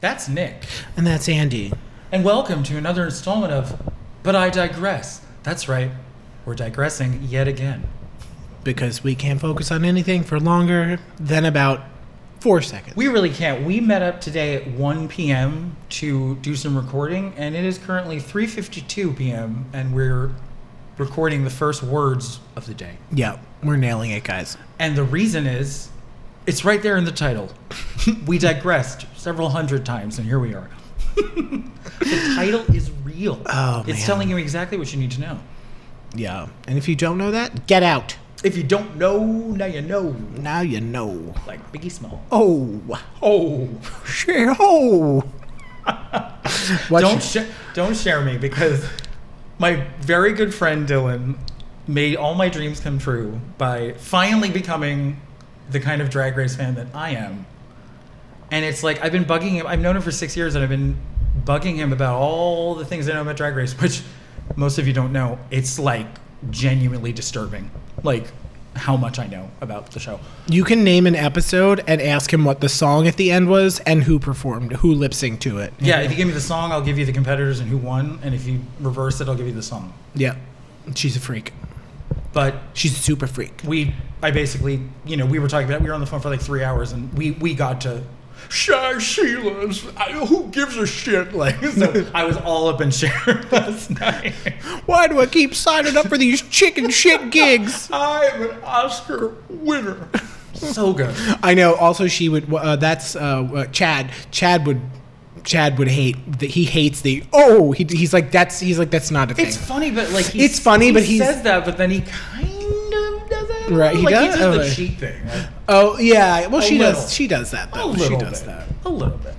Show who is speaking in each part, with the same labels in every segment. Speaker 1: That's Nick.
Speaker 2: And that's Andy.
Speaker 1: And welcome to another installment of But I Digress. That's right, we're digressing yet again.
Speaker 2: Because we can't focus on anything for longer than about four seconds.
Speaker 1: We really can't. We met up today at 1 p.m. to do some recording, and it is currently 3.52 p.m., and we're recording the first words of the day.
Speaker 2: yeah, we're nailing it, guys.
Speaker 1: And the reason is, it's right there in the title. we digressed several hundred times, and here we are. the title is real.
Speaker 2: Oh,
Speaker 1: it's
Speaker 2: man.
Speaker 1: telling you exactly what you need to know.
Speaker 2: Yeah. And if you don't know that, get out.
Speaker 1: If you don't know, now you know.
Speaker 2: Now you know.
Speaker 1: Like Biggie Small.
Speaker 2: Oh,
Speaker 1: Oh,
Speaker 2: shit. Oh. Watch
Speaker 1: don't sh- don't share me because my very good friend Dylan made all my dreams come true by finally becoming the kind of drag race fan that I am. And it's like I've been bugging him. I've known him for six years, and I've been bugging him about all the things I know about drag race, which most of you don't know. It's like genuinely disturbing, like how much I know about the show.
Speaker 2: You can name an episode and ask him what the song at the end was and who performed, who lip synced to it.
Speaker 1: Yeah, if you give me the song, I'll give you the competitors and who won, and if you reverse it, I'll give you the song.
Speaker 2: Yeah. She's a freak.
Speaker 1: But
Speaker 2: She's a super freak.
Speaker 1: we I basically you know we were talking about we were on the phone for like three hours and we we got to shy Sheila's I, who gives a shit like so I was all up in Sharon last night
Speaker 2: Why do I keep signing up for these chicken shit gigs?
Speaker 1: I'm an Oscar winner so good
Speaker 2: I know. Also, she would. Uh, that's uh, uh, Chad. Chad would. Chad would hate that. He hates the. Oh, he, he's like that's. He's like that's not a thing.
Speaker 1: it's funny but like he,
Speaker 2: It's funny,
Speaker 1: he
Speaker 2: but he's-
Speaker 1: says that but then he kind of doesn't
Speaker 2: Right, he
Speaker 1: like
Speaker 2: does?
Speaker 1: he does
Speaker 2: Okay.
Speaker 1: the cheat thing like,
Speaker 2: oh yeah. Well,
Speaker 1: A
Speaker 2: she
Speaker 1: little.
Speaker 2: does. She does that
Speaker 1: a
Speaker 2: though.
Speaker 1: little
Speaker 2: She
Speaker 1: bit
Speaker 2: does that.
Speaker 1: a little bit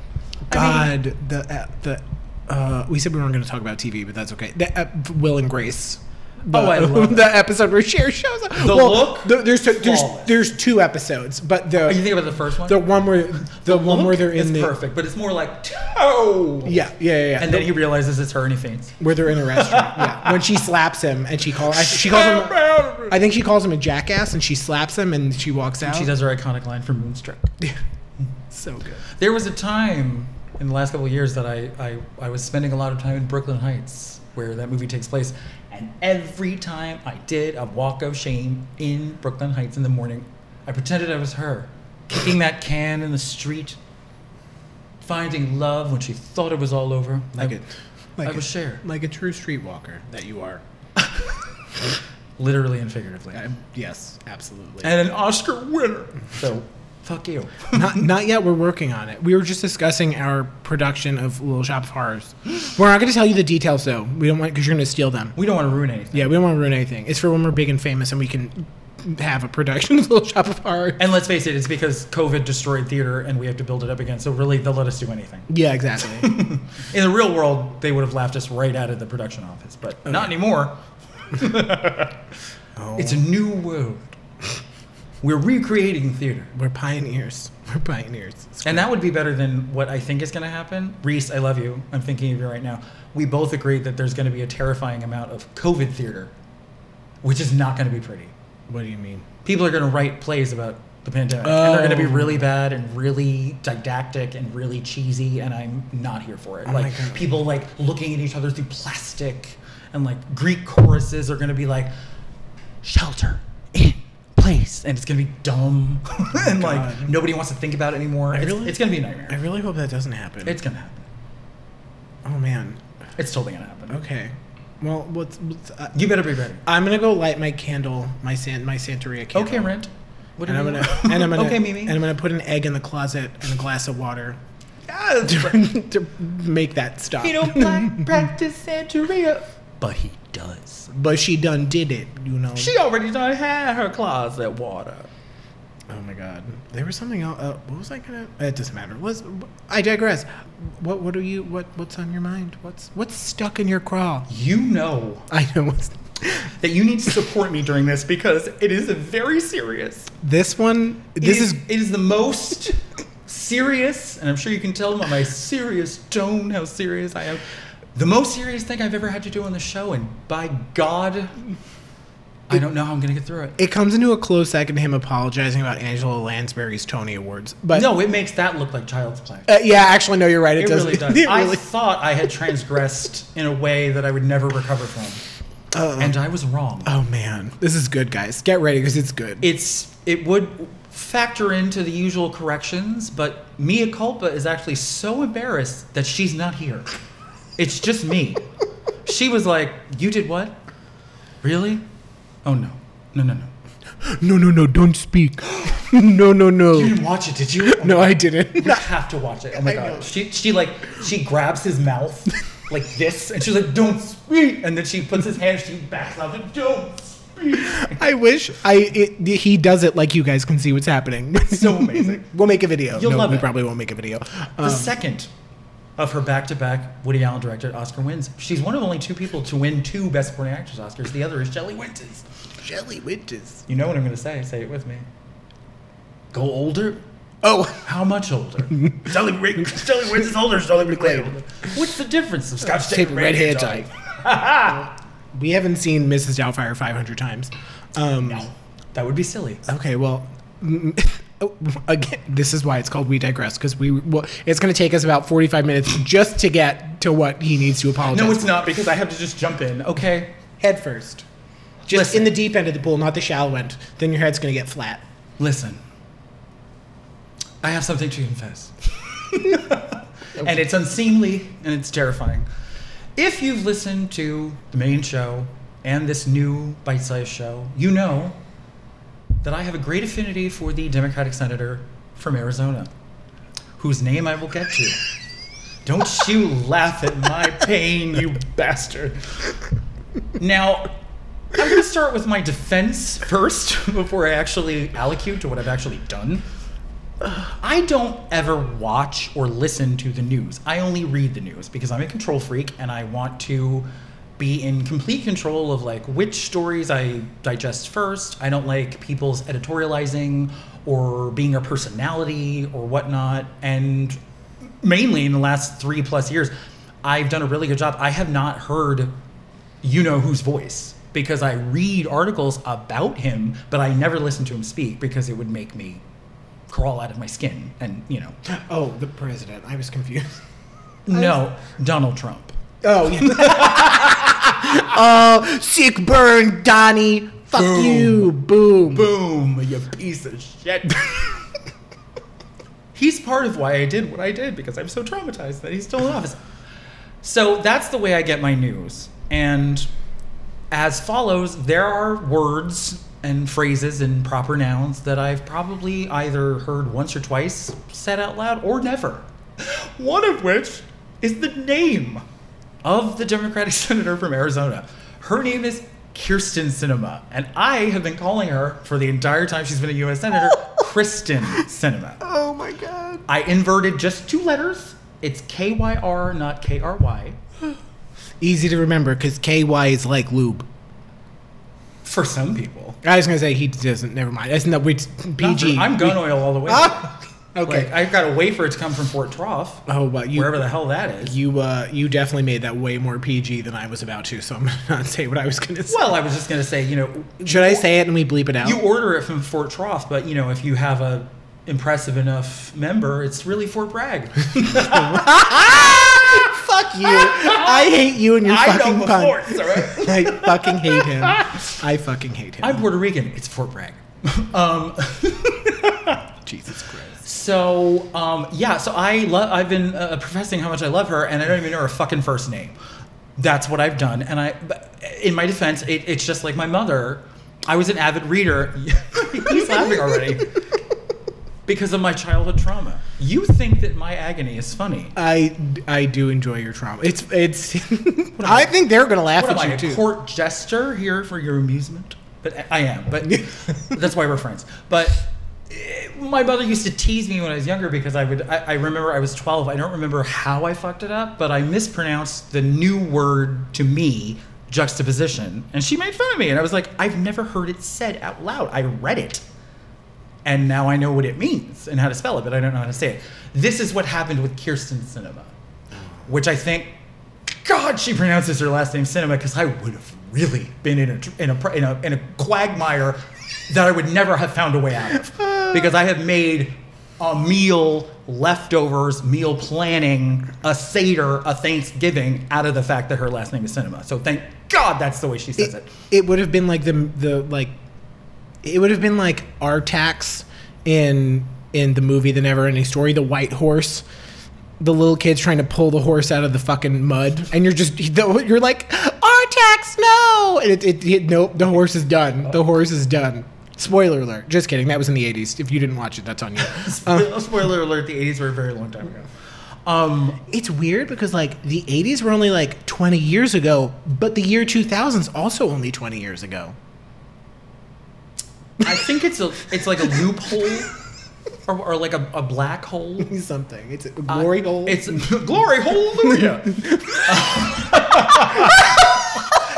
Speaker 1: I mean,
Speaker 2: God, the uh, the. Uh, we said we weren't going to talk about TV, but that's okay. The, uh, Will and Grace. The,
Speaker 1: Oh, I love it.
Speaker 2: the episode where Cher shows up. The
Speaker 1: look?
Speaker 2: there's two, there's
Speaker 1: Flawless.
Speaker 2: there's two episodes, but the
Speaker 1: you think about the first one
Speaker 2: the one where the, one where they're
Speaker 1: It's
Speaker 2: in the
Speaker 1: perfect but it's more like oh
Speaker 2: yeah yeah yeah, yeah.
Speaker 1: and
Speaker 2: The-
Speaker 1: then he realizes it's her and he faints
Speaker 2: where they're in a restaurant. yeah. When she slaps him and she calls, she calls him. I think she calls him a jackass, and she slaps him, and she walks out.
Speaker 1: She does her iconic line from Moonstruck.
Speaker 2: so good.
Speaker 1: There was a time in the last couple of years that I, I, I was spending a lot of time in Brooklyn Heights, where that movie takes place. And every time I did a walk of shame in Brooklyn Heights in the morning, I pretended I was her, kicking that can in the street, finding love when she thought it was all over.
Speaker 2: Like
Speaker 1: I,
Speaker 2: it. Like
Speaker 1: I
Speaker 2: a-
Speaker 1: was Cher,
Speaker 2: Like a true streetwalker that you are.
Speaker 1: literally and figuratively,
Speaker 2: Um, yes, absolutely.
Speaker 1: and an Oscar winner. So, fuck you.
Speaker 2: not, not yet. We're working on it. We were just discussing our production of Little Shop of Horrors. We're not going to tell you the details though. We don't want because you're going to steal them.
Speaker 1: We don't want to ruin anything.
Speaker 2: Yeah, we don't want to ruin anything. It's for when we're big and famous and we can have a production of Little Shop of Horrors.
Speaker 1: And let's face it, it's because COVID destroyed theater and we have to build it up again. So really, they'll let us do anything.
Speaker 2: Yeah, exactly.
Speaker 1: In the real world, they would have laughed us right out of the production office, but not anymore. It's a new world. We're recreating theater.
Speaker 2: we're pioneers. We're pioneers. It's
Speaker 1: And that would be better than what I think is going to happen. Reese, I love you. I'm thinking of you right now. We both agreed that there's going to be a terrifying amount of COVID theater, which is not going to be pretty.
Speaker 2: What do you mean?
Speaker 1: people are going to write plays about the pandemic and they're going to be
Speaker 2: Oh.
Speaker 1: really bad and really didactic and really cheesy and i'm not here for it
Speaker 2: Oh my
Speaker 1: like
Speaker 2: God.
Speaker 1: people like looking at each other through plastic and like greek choruses are going to be like shelter in place and it's going to be dumb and like
Speaker 2: Oh God.
Speaker 1: nobody wants to think about it anymore it's,
Speaker 2: really-
Speaker 1: it's going to be a
Speaker 2: I
Speaker 1: nightmare
Speaker 2: really hope that doesn't happen.
Speaker 1: it's going to happen
Speaker 2: oh man.
Speaker 1: it's totally going to happen
Speaker 2: Okay. Well, what's, what's uh,
Speaker 1: you better be ready
Speaker 2: I'm gonna go light my candle, my san, my Santeria candle.
Speaker 1: okay rent what do
Speaker 2: And I'm
Speaker 1: you
Speaker 2: gonna
Speaker 1: want?
Speaker 2: and I'm gonna
Speaker 1: okay mimi
Speaker 2: and I'm gonna put an egg in the closet and a glass of water
Speaker 1: Yes.
Speaker 2: to make that stop.
Speaker 1: he don't like practice Santeria, but he does.
Speaker 2: but she done did it, you know.
Speaker 1: She already done had her closet water.
Speaker 2: oh my God. There was something else. Uh, what was I gonna? It doesn't matter. Was I digress? What What are you? What What's on your mind? What's What's stuck in your craw?
Speaker 1: You know
Speaker 2: I know what's.
Speaker 1: that you need to support me during this because it is a very serious.
Speaker 2: This one.
Speaker 1: it
Speaker 2: This is
Speaker 1: it is the most serious, and I'm sure you can tell by my serious tone how serious I am. The most serious thing I've ever had to do on the show, and by God, I don't know how I'm gonna get through it.
Speaker 2: It comes into a close second to him apologizing about Angela Lansbury's Tony Awards. But
Speaker 1: No, it makes that look like child's play.
Speaker 2: Uh, yeah, actually, no, you're right. It,
Speaker 1: It
Speaker 2: does.
Speaker 1: really does.
Speaker 2: It
Speaker 1: I
Speaker 2: really-
Speaker 1: thought I had transgressed in a way that I would never recover from,
Speaker 2: Uh,
Speaker 1: and I was wrong.
Speaker 2: oh man, this is good, guys. Get ready because it's good.
Speaker 1: It's it would factor into the usual corrections, but Mia culpa is actually so embarrassed that she's not here. It's just me. she was like, "You did what? Really? Oh no, no, no, no!
Speaker 2: no, no, no, don't speak. no, no,
Speaker 1: You
Speaker 2: no,
Speaker 1: didn't watch it, did you?
Speaker 2: no, I didn't.
Speaker 1: You have to watch it. Oh my
Speaker 2: I know.
Speaker 1: god. She she like she grabs his mouth like this and she's like, Don't speak and then she puts his hand, she backs up and don't speak.
Speaker 2: I wish I. It, he does it like you guys can see what's happening.
Speaker 1: so amazing.
Speaker 2: we'll make a video.
Speaker 1: You'll
Speaker 2: no,
Speaker 1: love
Speaker 2: we
Speaker 1: it.
Speaker 2: probably won't make a video. Um,
Speaker 1: The second of her back to back Woody Allen directed Oscar wins. She's one of only two people to win two Best Supporting Actress Oscars. The other is Shelley Winters.
Speaker 2: Jelly witches.
Speaker 1: You know what I'm gonna say, say it with me. Go older?
Speaker 2: Oh,
Speaker 1: How much older? Shelley Win- Shelley Winters is older, Shelley McClane. older. What's the difference of Scotch
Speaker 2: tape
Speaker 1: tape
Speaker 2: and
Speaker 1: and
Speaker 2: red hair
Speaker 1: redhead
Speaker 2: dye. we haven't seen Mrs. Doubtfire 500 times. Um,
Speaker 1: That would be silly.
Speaker 2: Okay, well, mm, oh, again, this is why it's called We Digress because we. Well, it's going to take us about 45 minutes just to get to what he needs to apologize.
Speaker 1: No, it's not because I have to just jump in. Okay.
Speaker 2: head first. Just in the deep end of the pool, not the shallow end. Then your head's going to get flat.
Speaker 1: Listen. I have something to confess. and it's unseemly and it's terrifying. If you've listened to the main show and this new bite sized show, you know that I have a great affinity for the Democratic senator from Arizona, whose name I will get to. Don't you laugh at my pain, you bastard. Now, I'm going to start with my defense first before I actually allocate to what I've actually done. I don't ever watch or listen to the news. I only read the news because I'm a control freak and I want to be in complete control of like which stories I digest first. I don't like people's editorializing or being a personality or whatnot. And mainly in the last three plus years, I've done a really good job. I have not heard you know whose voice because I read articles about him, but I never listen to him speak because it would make me crawl out of my skin and, you know.
Speaker 2: Oh, the president. I was confused.
Speaker 1: No, Donald Trump.
Speaker 2: Oh. yeah. oh, sick burn, Donnie. Fuck
Speaker 1: Boom.
Speaker 2: you. Boom.
Speaker 1: Boom, you piece of shit. he's part of why I did what I did because I'm so traumatized that he's still in office. So that's the way I get my news. And as follows, there are words and phrases and proper nouns that I've probably either heard once or twice said out loud or never. One of which is the name of the Democratic senator from Arizona. Her name is Kirsten Cinema, and I have been calling her for the entire time she's been a U.S. senator, Kristen Cinema.
Speaker 2: Oh my god.
Speaker 1: I inverted just two letters. It's K Y R, not K R Y.
Speaker 2: Easy to remember because KY is like lube.
Speaker 1: For some people.
Speaker 2: I was gonna say he doesn't. Never mind. That's not. We
Speaker 1: Not for-
Speaker 2: PG.
Speaker 1: I'm gun oil all the way.
Speaker 2: Ah, okay.
Speaker 1: Like, I've got to wait for it to come from Fort Trough,
Speaker 2: oh, well, you
Speaker 1: wherever the hell that is.
Speaker 2: you uh you definitely made that way more PG than I was about to. So I'm gonna not say what I was gonna say.
Speaker 1: Well, I was just going to say, you know,
Speaker 2: Should I say it and we bleep it out?
Speaker 1: you order it from Fort Trough, but, you know, if you have a impressive enough member, it's really Fort Bragg.
Speaker 2: Fuck you. I hate you and your fucking pun.
Speaker 1: all right?
Speaker 2: I fucking hate him. I fucking hate him.
Speaker 1: I'm Puerto Rican. It's Fort Bragg. um,
Speaker 2: Jesus Christ.
Speaker 1: So um, yeah, so I lo- I've been uh, professing how much I love her, and I don't even know her fucking first name. That's what I've done, and I, but uh, in my defense, it, it's just like my mother. I was an avid reader. He's laughing already because of my childhood trauma. You think that my agony is funny?
Speaker 2: I I do enjoy your trauma. It's it's. I think they're gonna laugh
Speaker 1: What am
Speaker 2: at
Speaker 1: I,
Speaker 2: you
Speaker 1: a
Speaker 2: too.
Speaker 1: court jester here for your amusement? But I- I am, but that's why we're friends. But eh, my mother used to tease me when I was younger because I would, I, I remember I was 12. I don't remember how I fucked it up, but I mispronounced the new word to me, juxtaposition. And she made fun of me. And I was like, I've never heard it said out loud. I read it. And now I know what it means and how to spell it, but I don't know how to say it. This is what happened with Kirsten Cinema, which I think God she pronounces her last name Cinema because I would have really been in a, tr- in, a, pr- in, a, in a quagmire that I would never have found a way out of. Because I have made a meal, leftovers, meal planning, a Seder, a Thanksgiving out of the fact that her last name is Cinema. So thank God that's the way she says
Speaker 2: it,
Speaker 1: it.
Speaker 2: it would have been like the the like it would have been like our tax in in the movie the never ending story the white horse the little kids trying to pull the horse out of the fucking mud and you're just you're like our tax no and it, it, it nope the horse is done the horse is done spoiler alert just kidding that was in the 80s if you didn't watch it that's on you
Speaker 1: Spoiler alert, the 80s were a very long time ago. Uh, Um,
Speaker 2: it's weird because like the 80s were only like 20 years ago but the year 2000s also only 20 years ago
Speaker 1: I think it's a it's like a loophole or, or like a, a black hole.
Speaker 2: something it's a
Speaker 1: Uh,
Speaker 2: glory hole
Speaker 1: It's glory hole.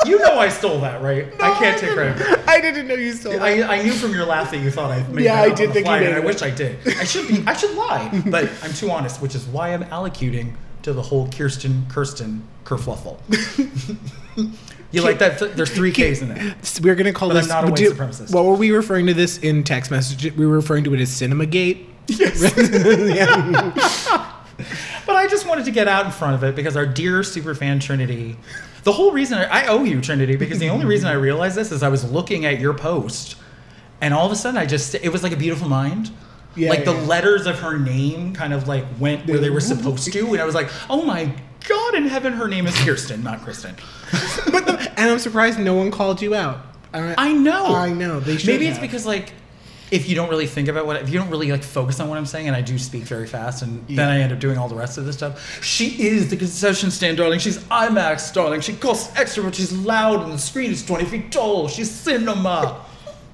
Speaker 1: you know I stole that, right? I can't take credit. for it.
Speaker 2: Oh, I didn't know you stole that.
Speaker 1: I, I knew from your laugh that you thought I made
Speaker 2: Yeah,
Speaker 1: that
Speaker 2: I
Speaker 1: up on
Speaker 2: did
Speaker 1: the
Speaker 2: think you
Speaker 1: fly,
Speaker 2: made
Speaker 1: and I
Speaker 2: it
Speaker 1: wish I did. I should be. I should lie, but I'm too honest, which is why I'm allocuting to the whole Kirsten Kirsten kerfluffle. you like that? There's three K's in it.
Speaker 2: S- We're gonna call
Speaker 1: But I'm
Speaker 2: this.
Speaker 1: not a white
Speaker 2: do-
Speaker 1: supremacist.
Speaker 2: What were we referring to this in text message? We were referring to it as CinemaGate.
Speaker 1: But I just wanted to get out in front of it because our dear superfan Trinity, the whole reason I, I owe you Trinity because the only reason I realized this is I was looking at your post, and all of a sudden I just it was like a beautiful mind.
Speaker 2: Yeah,
Speaker 1: like the
Speaker 2: yeah, yeah.
Speaker 1: letters of her name kind of like went where they were supposed to, and I was like, oh my god in heaven, her name is Kirsten, not Kristen.
Speaker 2: but the, and I'm surprised no one called you out. I,
Speaker 1: I know.
Speaker 2: I know. They should
Speaker 1: Maybe it's
Speaker 2: have.
Speaker 1: because like if you don't really think about what if you don't really like focus on what I'm saying and I do speak very fast and then I end up doing all the rest of this stuff. She is the concession stand darling. She's IMAX darling. She costs extra but she's loud and the screen is 20 feet tall. She's cinema.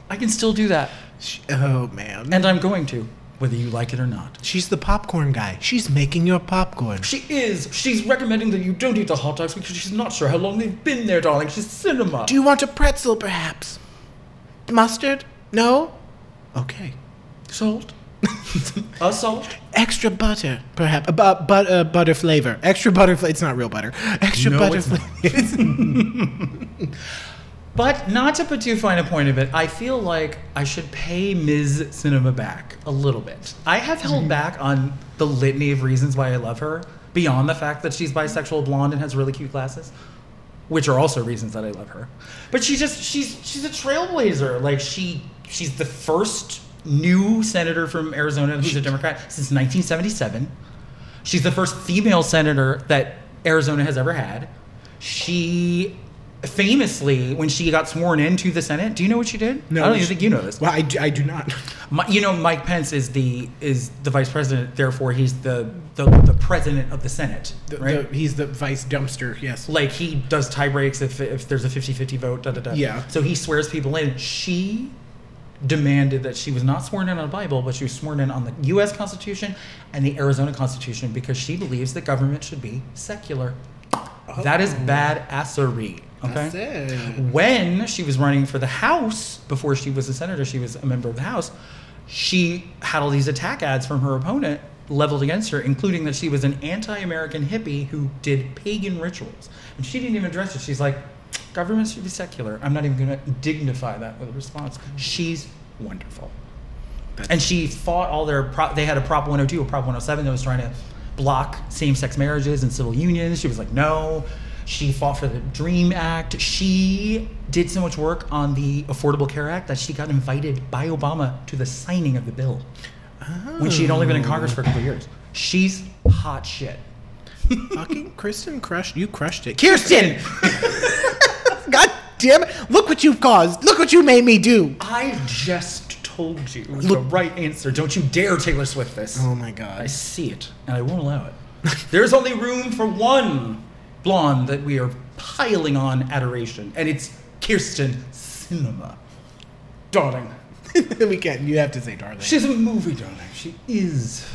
Speaker 1: I can still do that
Speaker 2: Sh- Oh man.
Speaker 1: and I'm going to whether you like it or not.
Speaker 2: She's the popcorn guy. She's making your popcorn.
Speaker 1: She is. She's recommending that you don't eat the hot dogs because she's not sure how long they've been there, darling. She's cinema.
Speaker 2: Do you want a pretzel, perhaps? Mustard? No. Okay.
Speaker 1: salt? A salt?
Speaker 2: Extra butter, perhaps. Uh, but, but, uh, butter flavor. Extra butter flavor. It's not real butter. Extra
Speaker 1: No,
Speaker 2: butter
Speaker 1: it's not.
Speaker 2: flavor.
Speaker 1: But not to put too fine a point of it, I feel like I should pay Ms. Cinema back a little bit. I have held back on the litany of reasons why I love her, beyond the fact that she's bisexual, blonde, and has really cute glasses, which are also reasons that I love her. But she just she's she's a trailblazer. Like she she's the first new senator from Arizona who's a Democrat since 1977. She's the first female senator that Arizona has ever had. She famously, when she got sworn into the Senate, do you know what she did? I don't even think you know this.
Speaker 2: Well, I, I do not.
Speaker 1: Mi- you know, Mike Pence is the is the vice president. Therefore, he's the the, the president of the Senate,
Speaker 2: The-
Speaker 1: right?
Speaker 2: the- he's the vice dumpster, yes.
Speaker 1: like he does tie breaks if, if there's a 50-50 vote da da da
Speaker 2: Yeah.
Speaker 1: so he swears people in she demanded that she was not sworn in on the bible but she was sworn in on the u.s constitution and the arizona constitution because she believes that government should be secular that is bad assery okay
Speaker 2: Oh. That's it.
Speaker 1: Mm-hmm. when she was running for the House, before she was a senator, she was a member of the House, she had all these attack ads from her opponent leveled against her, including that she was an anti American hippie who did pagan rituals. And she didn't even address it. She's like, government should be secular. I'm not even going to dignify that with a response. She's wonderful.
Speaker 2: That's-
Speaker 1: And she fought all their. Pro- they had a Prop 102, a Prop 107 that was trying to block same-sex marriages and civil unions. She was like, no. She fought for the Dream Act. She did so much work on the Affordable Care Act that she got invited by Obama to the signing of the bill when she had only been in Congress for a couple of years. She's hot shit.
Speaker 2: Fucking Kristen crushed. You crushed it. Kirsten! God damn it. Look what you've caused. Look what you made me do.
Speaker 1: I just told you the
Speaker 2: Look-
Speaker 1: right answer. Don't you dare Taylor Swift this.
Speaker 2: Oh my
Speaker 1: I
Speaker 2: god.
Speaker 1: see it, and I won't allow it. There's only room for one blonde that we are piling on adoration, and it's Kirsten Cinema. Darling.
Speaker 2: we can't. You have to say darling.
Speaker 1: She's a movie, darling. She is.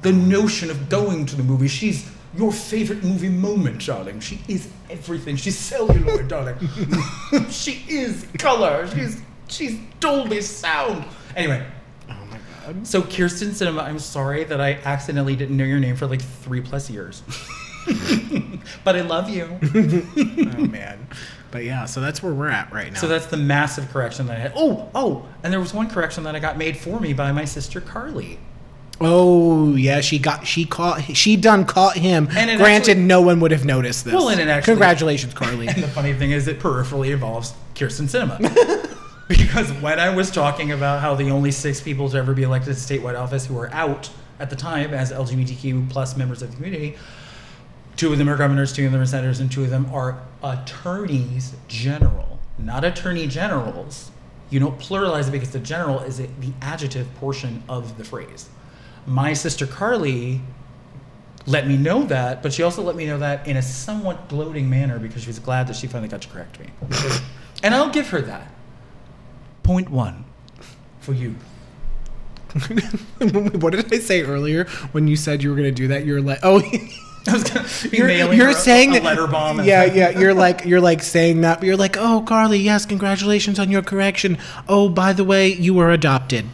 Speaker 1: The notion of going to the movie, she's your favorite movie moment, darling. She is everything. She's celluloid, darling. she is color. She's she's Dolby sound. Anyway,
Speaker 2: oh my god.
Speaker 1: so Kirsten Cinema, I'm sorry that I accidentally didn't know your name for like three plus years. but I love you.
Speaker 2: oh man. But yeah, so that's where we're at right now.
Speaker 1: So that's the massive correction that I had. Oh, oh, and there was one correction that I got made for me by my sister Carly.
Speaker 2: oh yeah, she got she caught she done caught him.
Speaker 1: And it
Speaker 2: Granted,
Speaker 1: actually-
Speaker 2: no one would have noticed this.
Speaker 1: Well, and it actually-
Speaker 2: congratulations, Carly.
Speaker 1: And the funny thing is, it peripherally involves Kirsten Cinema. because when I was talking about how the only six people to ever be elected to statewide office who were out at the time as LGBTQ plus members of the community, two of them are governors, two of them are senators, and two of them are attorneys general, not attorney generals. You don't pluralize it because the general is the adjective portion of the phrase. My sister Carly let me know that, but she also let me know that in a somewhat gloating manner because she was glad that she finally got to correct me. and I'll give her that. Point one for you.
Speaker 2: what did I say earlier when you said you were going to do that? You're like, oh,
Speaker 1: I was gonna be
Speaker 2: you're,
Speaker 1: mailing
Speaker 2: you're
Speaker 1: her a-
Speaker 2: saying
Speaker 1: a
Speaker 2: that-
Speaker 1: letter bomb. and-
Speaker 2: Yeah, yeah. You're like you're like saying that, but you're like, oh, Carly, yes, congratulations on your correction. Oh, by the way, you were adopted.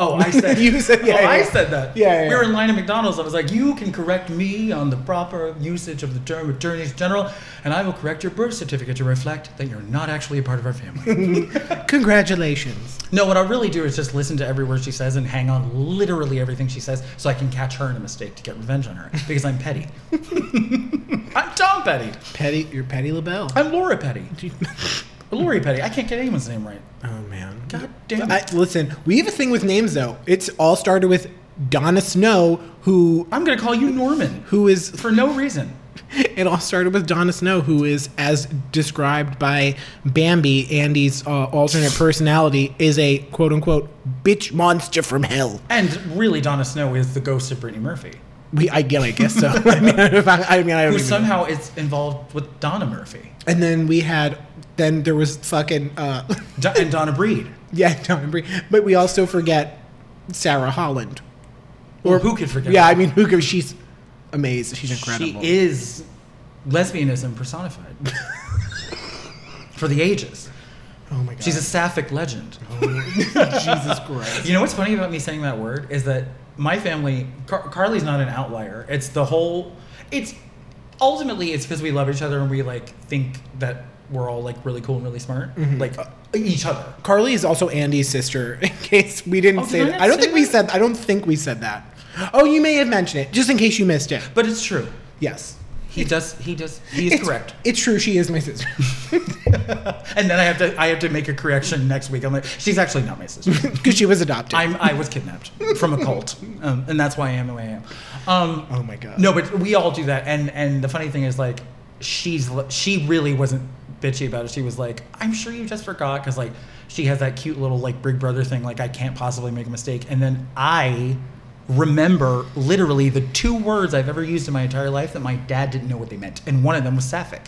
Speaker 1: Oh, I said.
Speaker 2: You said- yeah,
Speaker 1: oh, I
Speaker 2: yeah.
Speaker 1: said that.
Speaker 2: Yeah, yeah,
Speaker 1: We were
Speaker 2: yeah.
Speaker 1: in line at McDonald's. I was like, "You can correct me on the proper usage of the term Attorney General, and I will correct your birth certificate to reflect that you're not actually a part of our family."
Speaker 2: Congratulations.
Speaker 1: no, what I'll really do is just listen to every word she says and hang on literally everything she says, so I can catch her in a mistake to get revenge on her because I'm petty. I'm Tom Petty.
Speaker 2: Petty, you're Petty LaBelle.
Speaker 1: I'm Laura Petty. Lori Petty. I can't get anyone's name right.
Speaker 2: oh man.
Speaker 1: God damn
Speaker 2: I,
Speaker 1: it.
Speaker 2: listen, we have a thing with names though. It's all started with Donna Snow, who
Speaker 1: I'm gonna call you Norman
Speaker 2: who is
Speaker 1: for no reason.
Speaker 2: It all started with Donna Snow, who is, as described by Bambi, Andy's uh, alternate personality, is a quote unquote bitch monster from hell.
Speaker 1: And really, Donna Snow is the ghost of Brittany Murphy.
Speaker 2: We, I, yeah, I guess so. I mean, if I, I mean, I don't
Speaker 1: who
Speaker 2: even
Speaker 1: somehow is involved with Donna Murphy
Speaker 2: And then we had, then there was fucking, uh,
Speaker 1: Do- and Donna Breed.
Speaker 2: yeah, Donna Bree. But we also forget Sarah Holland.
Speaker 1: Or who could forget?
Speaker 2: Yeah,
Speaker 1: her?
Speaker 2: I mean, who could, she's amazing. She's incredible.
Speaker 1: she is lesbianism personified for the ages.
Speaker 2: oh my God.
Speaker 1: She's a sapphic legend.
Speaker 2: Jesus Christ.
Speaker 1: You know what's funny about me saying that word is that my family, Car- Carly's not an outlier. It's the whole. It's ultimately it's because we love each other and we like think that we're all like really cool and really smart, like uh, each other.
Speaker 2: Carly is also Andy's sister. In case we didn't
Speaker 1: Oh, did
Speaker 2: say
Speaker 1: I
Speaker 2: that,
Speaker 1: not
Speaker 2: I don't
Speaker 1: say
Speaker 2: think we
Speaker 1: that?
Speaker 2: said. I don't think we said that. Oh, you may have mentioned it, just in case you missed it.
Speaker 1: But it's true.
Speaker 2: Yes,
Speaker 1: He does. He does. He is
Speaker 2: it's
Speaker 1: correct.
Speaker 2: It's true. She is my sister.
Speaker 1: And then I have to. I have to make a correction next week. I'm like, she's actually not my sister.
Speaker 2: because she was adopted.
Speaker 1: I'm, I was kidnapped from a cult, um, and that's why I am the way I am. Um,
Speaker 2: oh my god.
Speaker 1: no, but we all do that. And and the funny thing is, like, she's l- she really wasn't bitchy about it. She was like, "I'm sure you just forgot," because like she has that cute little like Big Brother thing. Like, I can't possibly make a mistake. And then I remember literally the two words I've ever used in my entire life that my dad didn't know what they meant, and one of them was sapphic.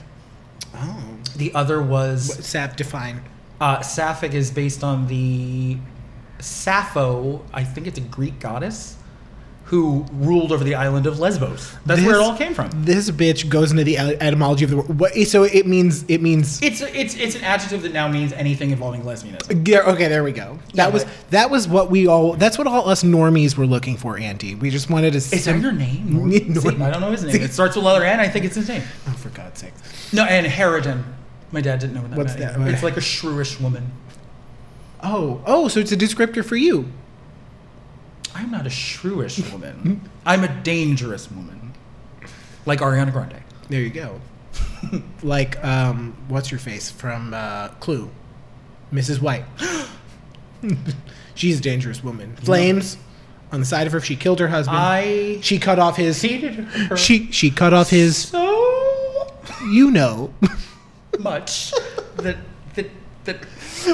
Speaker 2: Oh.
Speaker 1: The other was
Speaker 2: Sap define.
Speaker 1: uh, Sapphic is based on the Sappho, I think it's a Greek goddess, who ruled over the island of Lesbos. That's where it
Speaker 2: This-
Speaker 1: all came from.
Speaker 2: This bitch goes into the et- etymology of the word. What, so it means it means.
Speaker 1: It's it's it's an adjective that now means anything involving lesbianism.
Speaker 2: Yeah, okay, there we go.
Speaker 1: Yeah,
Speaker 2: That was
Speaker 1: but-
Speaker 2: that was what we all. That's what all us normies were looking for, Auntie. We just wanted to.
Speaker 1: Is that your name? Norm?
Speaker 2: Yeah,
Speaker 1: See,
Speaker 2: Norm.
Speaker 1: I don't know his name. It starts with letter N. I think it's his name.
Speaker 2: oh, for God's sake.
Speaker 1: No, and Harridan. My dad didn't know what that
Speaker 2: What's
Speaker 1: meant.
Speaker 2: that?
Speaker 1: either. It's like a shrewish woman.
Speaker 2: Oh, oh, so it's a descriptor for you.
Speaker 1: I'm not a shrewish woman. I'm a dangerous woman, like Ariana Grande.
Speaker 2: There you go. like, um, what's your face from uh, Clue? Mrs. White. She's a dangerous woman. Flames on the side of her. She killed her husband.
Speaker 1: I
Speaker 2: she cut off his.
Speaker 1: hated her
Speaker 2: She she cut off his.
Speaker 1: so
Speaker 2: You know.
Speaker 1: much that that that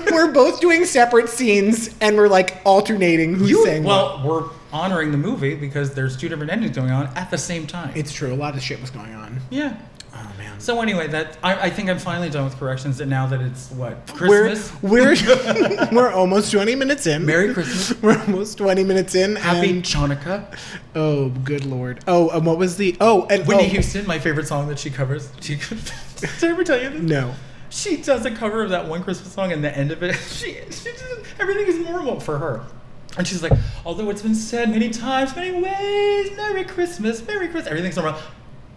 Speaker 2: we're both doing separate scenes, and we're like alternating who's
Speaker 1: you
Speaker 2: saying what.
Speaker 1: well we're honoring the movie because there's two different endings going on at the same time
Speaker 2: It's true. A lot of shit was going on.
Speaker 1: yeah
Speaker 2: Oh man.
Speaker 1: so anyway that I, I think i'm finally done with corrections and now that it's what christmas
Speaker 2: We're we're we're almost twenty minutes in.
Speaker 1: merry christmas
Speaker 2: We're almost 20 minutes in.
Speaker 1: happy
Speaker 2: and-
Speaker 1: chanukah
Speaker 2: oh, good lord. Oh, and what was the. Oh, and.
Speaker 1: whitney
Speaker 2: oh,
Speaker 1: houston my favorite song that she covers she, did i ever tell you this
Speaker 2: No.
Speaker 1: she does a cover of that one Christmas song, and the end of it, she, she just, everything is normal for her. And she's like, although it's been said many times, many ways, Merry Christmas, Merry Christmas, everything's normal.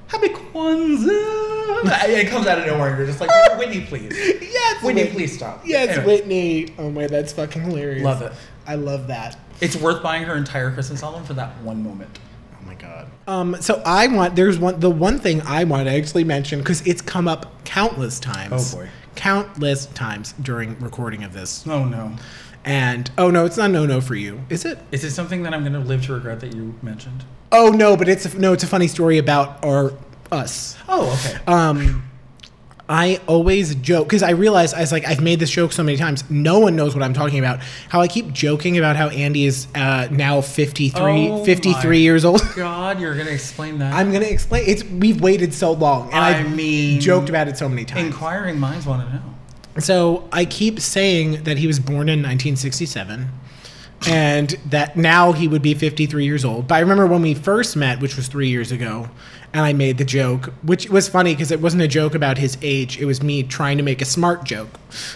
Speaker 1: Happy Kwanzaa, one's up. I- It comes out of nowhere, and you're just like, "Oh, Whitney, please.
Speaker 2: Yes,
Speaker 1: Whitney,
Speaker 2: Whit-
Speaker 1: please stop.
Speaker 2: Yes,
Speaker 1: Anyway.
Speaker 2: Whitney. Oh my, that's fucking hilarious.
Speaker 1: Love it.
Speaker 2: I love that.
Speaker 1: It's worth buying her entire Christmas album for that one moment.
Speaker 2: Oh my god. Um, so I want there's one the one thing I want to actually mention because it's come up countless times.
Speaker 1: Oh, boy.
Speaker 2: countless times during recording of this.
Speaker 1: Oh no.
Speaker 2: And oh no, it's not no no for you, is it?
Speaker 1: Is it something that I'm going to live to regret that you mentioned?
Speaker 2: Oh no, but it's a, no, it's a funny story about our us.
Speaker 1: Oh, okay.
Speaker 2: Um, I always joke because I realized I was like I've made this joke so many times. No one knows what I'm talking about. How I keep joking about how Andy is uh, now 53,
Speaker 1: Oh my
Speaker 2: 53 years old.
Speaker 1: God, you're going to explain that.
Speaker 2: I'm gonna explain. It's we've waited so long, and
Speaker 1: I
Speaker 2: I've
Speaker 1: mean-
Speaker 2: joked about it so many times.
Speaker 1: Inquiring minds want to know.
Speaker 2: So I keep saying that he was born in 1967 and that now he would be 53 years old. But I remember when we first met, which was three years ago, and I made the joke, which was funny because it wasn't a joke about his age. It was me trying to make a smart joke.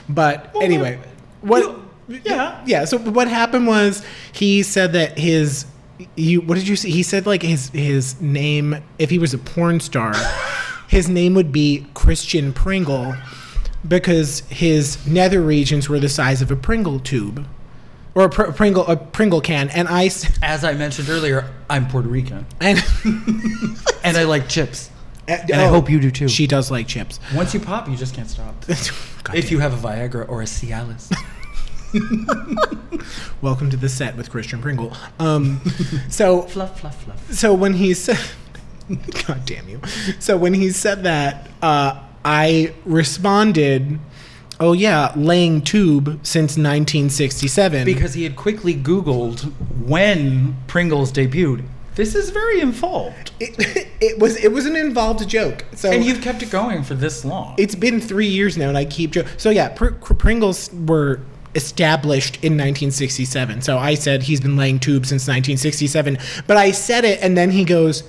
Speaker 2: But
Speaker 1: Well,
Speaker 2: anyway, what?
Speaker 1: yeah.
Speaker 2: Yeah. So what happened was he said that his. You, what did you say? He said like his his name if he was a porn star, his name would be Christian Pringle, because his nether regions were the size of a Pringle tube, or a pr- Pringle a Pringle can. And I s-
Speaker 1: As I mentioned earlier, I'm Puerto Rican
Speaker 2: and,
Speaker 1: and I like chips.
Speaker 2: and
Speaker 1: I hope you do too.
Speaker 2: oh, She does like chips.
Speaker 1: Once you pop, you just can't stop.
Speaker 2: God
Speaker 1: if you have a Viagra or a Cialis.
Speaker 2: Welcome to the set with Christian Pringle. Um, so
Speaker 1: fluff, fluff, fluff.
Speaker 2: so when he said god damn you so when he said that uh, i responded oh yeah laying tube since 1967
Speaker 1: Because he had quickly Googled when Pringles debuted. This is very involved.
Speaker 2: it, it was it was an involved joke so
Speaker 1: And you've kept it going for this long.
Speaker 2: it's been three years now and i keep jo- so yeah Pr- Pr- pringles were established in 1967 so i said he's been laying tube since 1967 but i said it and then he goes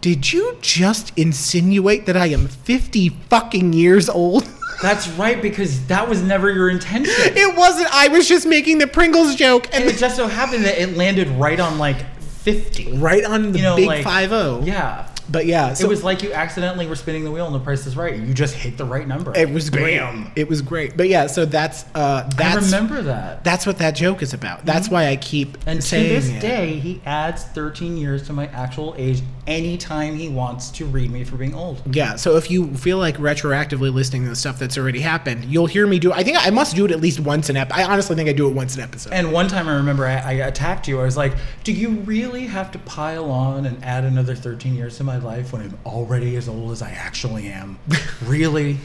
Speaker 2: did you just insinuate that i am 50 fucking years old
Speaker 1: That's right, because that was never your intention.
Speaker 2: It wasn't. I was just making the Pringles joke,
Speaker 1: And
Speaker 2: and
Speaker 1: it just so happened that it landed right on like 50.
Speaker 2: right on the
Speaker 1: You know,
Speaker 2: big
Speaker 1: like-
Speaker 2: five zero.
Speaker 1: Yeah.
Speaker 2: but yeah, so
Speaker 1: it was like you accidentally were spinning the wheel and the price is right. You just hit the right number.
Speaker 2: it was great.
Speaker 1: Bam.
Speaker 2: It was great. But yeah, so that's uh,
Speaker 1: I
Speaker 2: that's
Speaker 1: remember that.
Speaker 2: that's what that joke is about. That's why I keep
Speaker 1: And to
Speaker 2: saying
Speaker 1: this
Speaker 2: it.
Speaker 1: day, he adds 13 years to my actual age anytime he wants to read me for being old.
Speaker 2: Yeah, so if you feel like retroactively listening to the stuff that's already happened, you'll hear me do. I think I must do it at least once an episode. I honestly think I do it once an episode.
Speaker 1: And one time I remember I, I attacked you. I was like, Do you really have to pile on and add another 13 years to my life when I'm already as old as I actually am? really?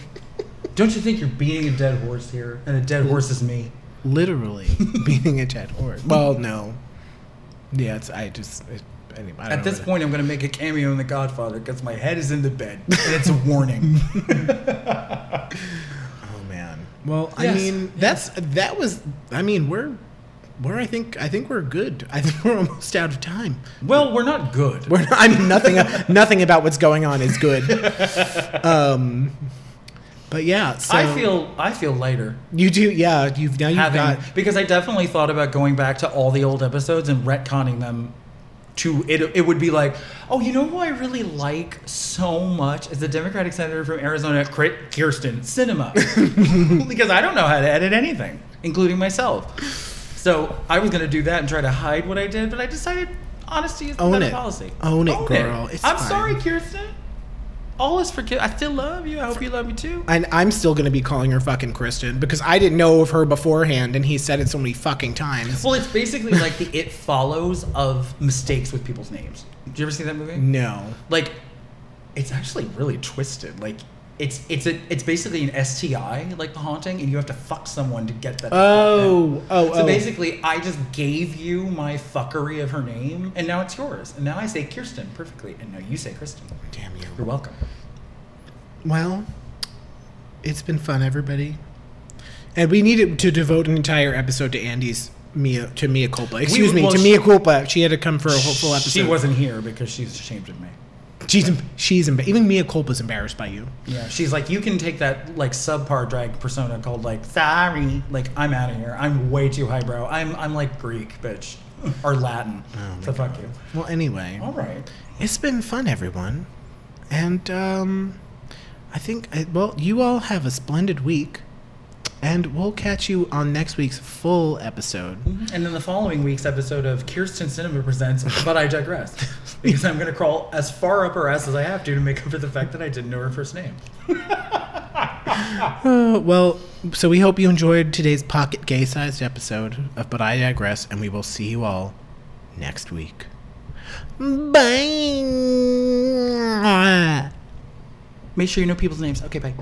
Speaker 1: Don't you think you're beating a dead horse here? And a dead horse is me.
Speaker 2: Literally beating a dead horse. Well, no. Yeah, it's I just it, anyway. I don't know
Speaker 1: At this
Speaker 2: what-
Speaker 1: point, I'm going to make a cameo in The Godfather because my head is in the bed. And it's a warning.
Speaker 2: Oh man. Well, I
Speaker 1: Yes,
Speaker 2: mean, that's that was. I mean, we're we're. I think I think we're good. I think we're almost out of time.
Speaker 1: well, we're not good.
Speaker 2: We're. I mean, nothing. nothing about what's going on is good. Um, but yeah. So
Speaker 1: I feel I feel lighter
Speaker 2: you do. Yeah. You've now you've
Speaker 1: having
Speaker 2: got.
Speaker 1: because I definitely thought about going back to all the old episodes and retconning them to it it would be like, oh, you know who I really like so much is the Democratic Senator from Arizona, Kri- Kirsten Cinema. because I don't know how to edit anything, including myself. So I was gonna do that and try to hide what I did, but I decided honesty is the
Speaker 2: Own
Speaker 1: better
Speaker 2: it.
Speaker 1: policy.
Speaker 2: Own it, girl. It's
Speaker 1: I'm
Speaker 2: fine.
Speaker 1: sorry, Kirsten. All is forgiven. I still love you. I hope you love me too.
Speaker 2: And I'm still gonna be calling her fucking Kristen because I didn't know of her beforehand, and he said it so many fucking times.
Speaker 1: Well, it's basically like the it follows of mistakes with people's names. Do you ever see that movie?
Speaker 2: No.
Speaker 1: Like, it's actually really twisted. Like, it's it's a it's basically an STI, like the haunting, and you have to fuck someone to get that.
Speaker 2: Oh. Oh.
Speaker 1: So
Speaker 2: oh.
Speaker 1: basically, I just gave you my fuckery of her name, and now it's yours. And now I say Kirsten perfectly, and now you say Kristen.
Speaker 2: Damn you.
Speaker 1: You're welcome.
Speaker 2: Well, it's been fun, everybody. And we needed to devote an entire episode to Andy's Mia to Mia culpa. Excuse me,
Speaker 1: well,
Speaker 2: to
Speaker 1: she-
Speaker 2: Mia culpa. She had to come for a whole full episode.
Speaker 1: She wasn't here because she's ashamed of me.
Speaker 2: She's em- she's emba- even Mia culpa's embarrassed by you.
Speaker 1: Yeah, she's like, you can take that like subpar drag persona called like sorry, like I'm out of here. I'm way too highbrow. I'm I'm like Greek, bitch, or Latin. so fuck you.
Speaker 2: Well, anyway,
Speaker 1: All right.
Speaker 2: it's been fun, everyone. And um, I think, I, well, you all have a splendid week. And we'll catch you on next week's full episode.
Speaker 1: And then the following week's episode of Kirsten Cinema Presents, but I digress. Because I'm going to crawl as far up her ass as I have to to make up for the fact that I didn't know her first name.
Speaker 2: Uh, well, so we hope you enjoyed today's pocket gay sized episode of But I Digress, and we will see you all next week. Bye.
Speaker 1: Make sure you know people's names. Okay, bye.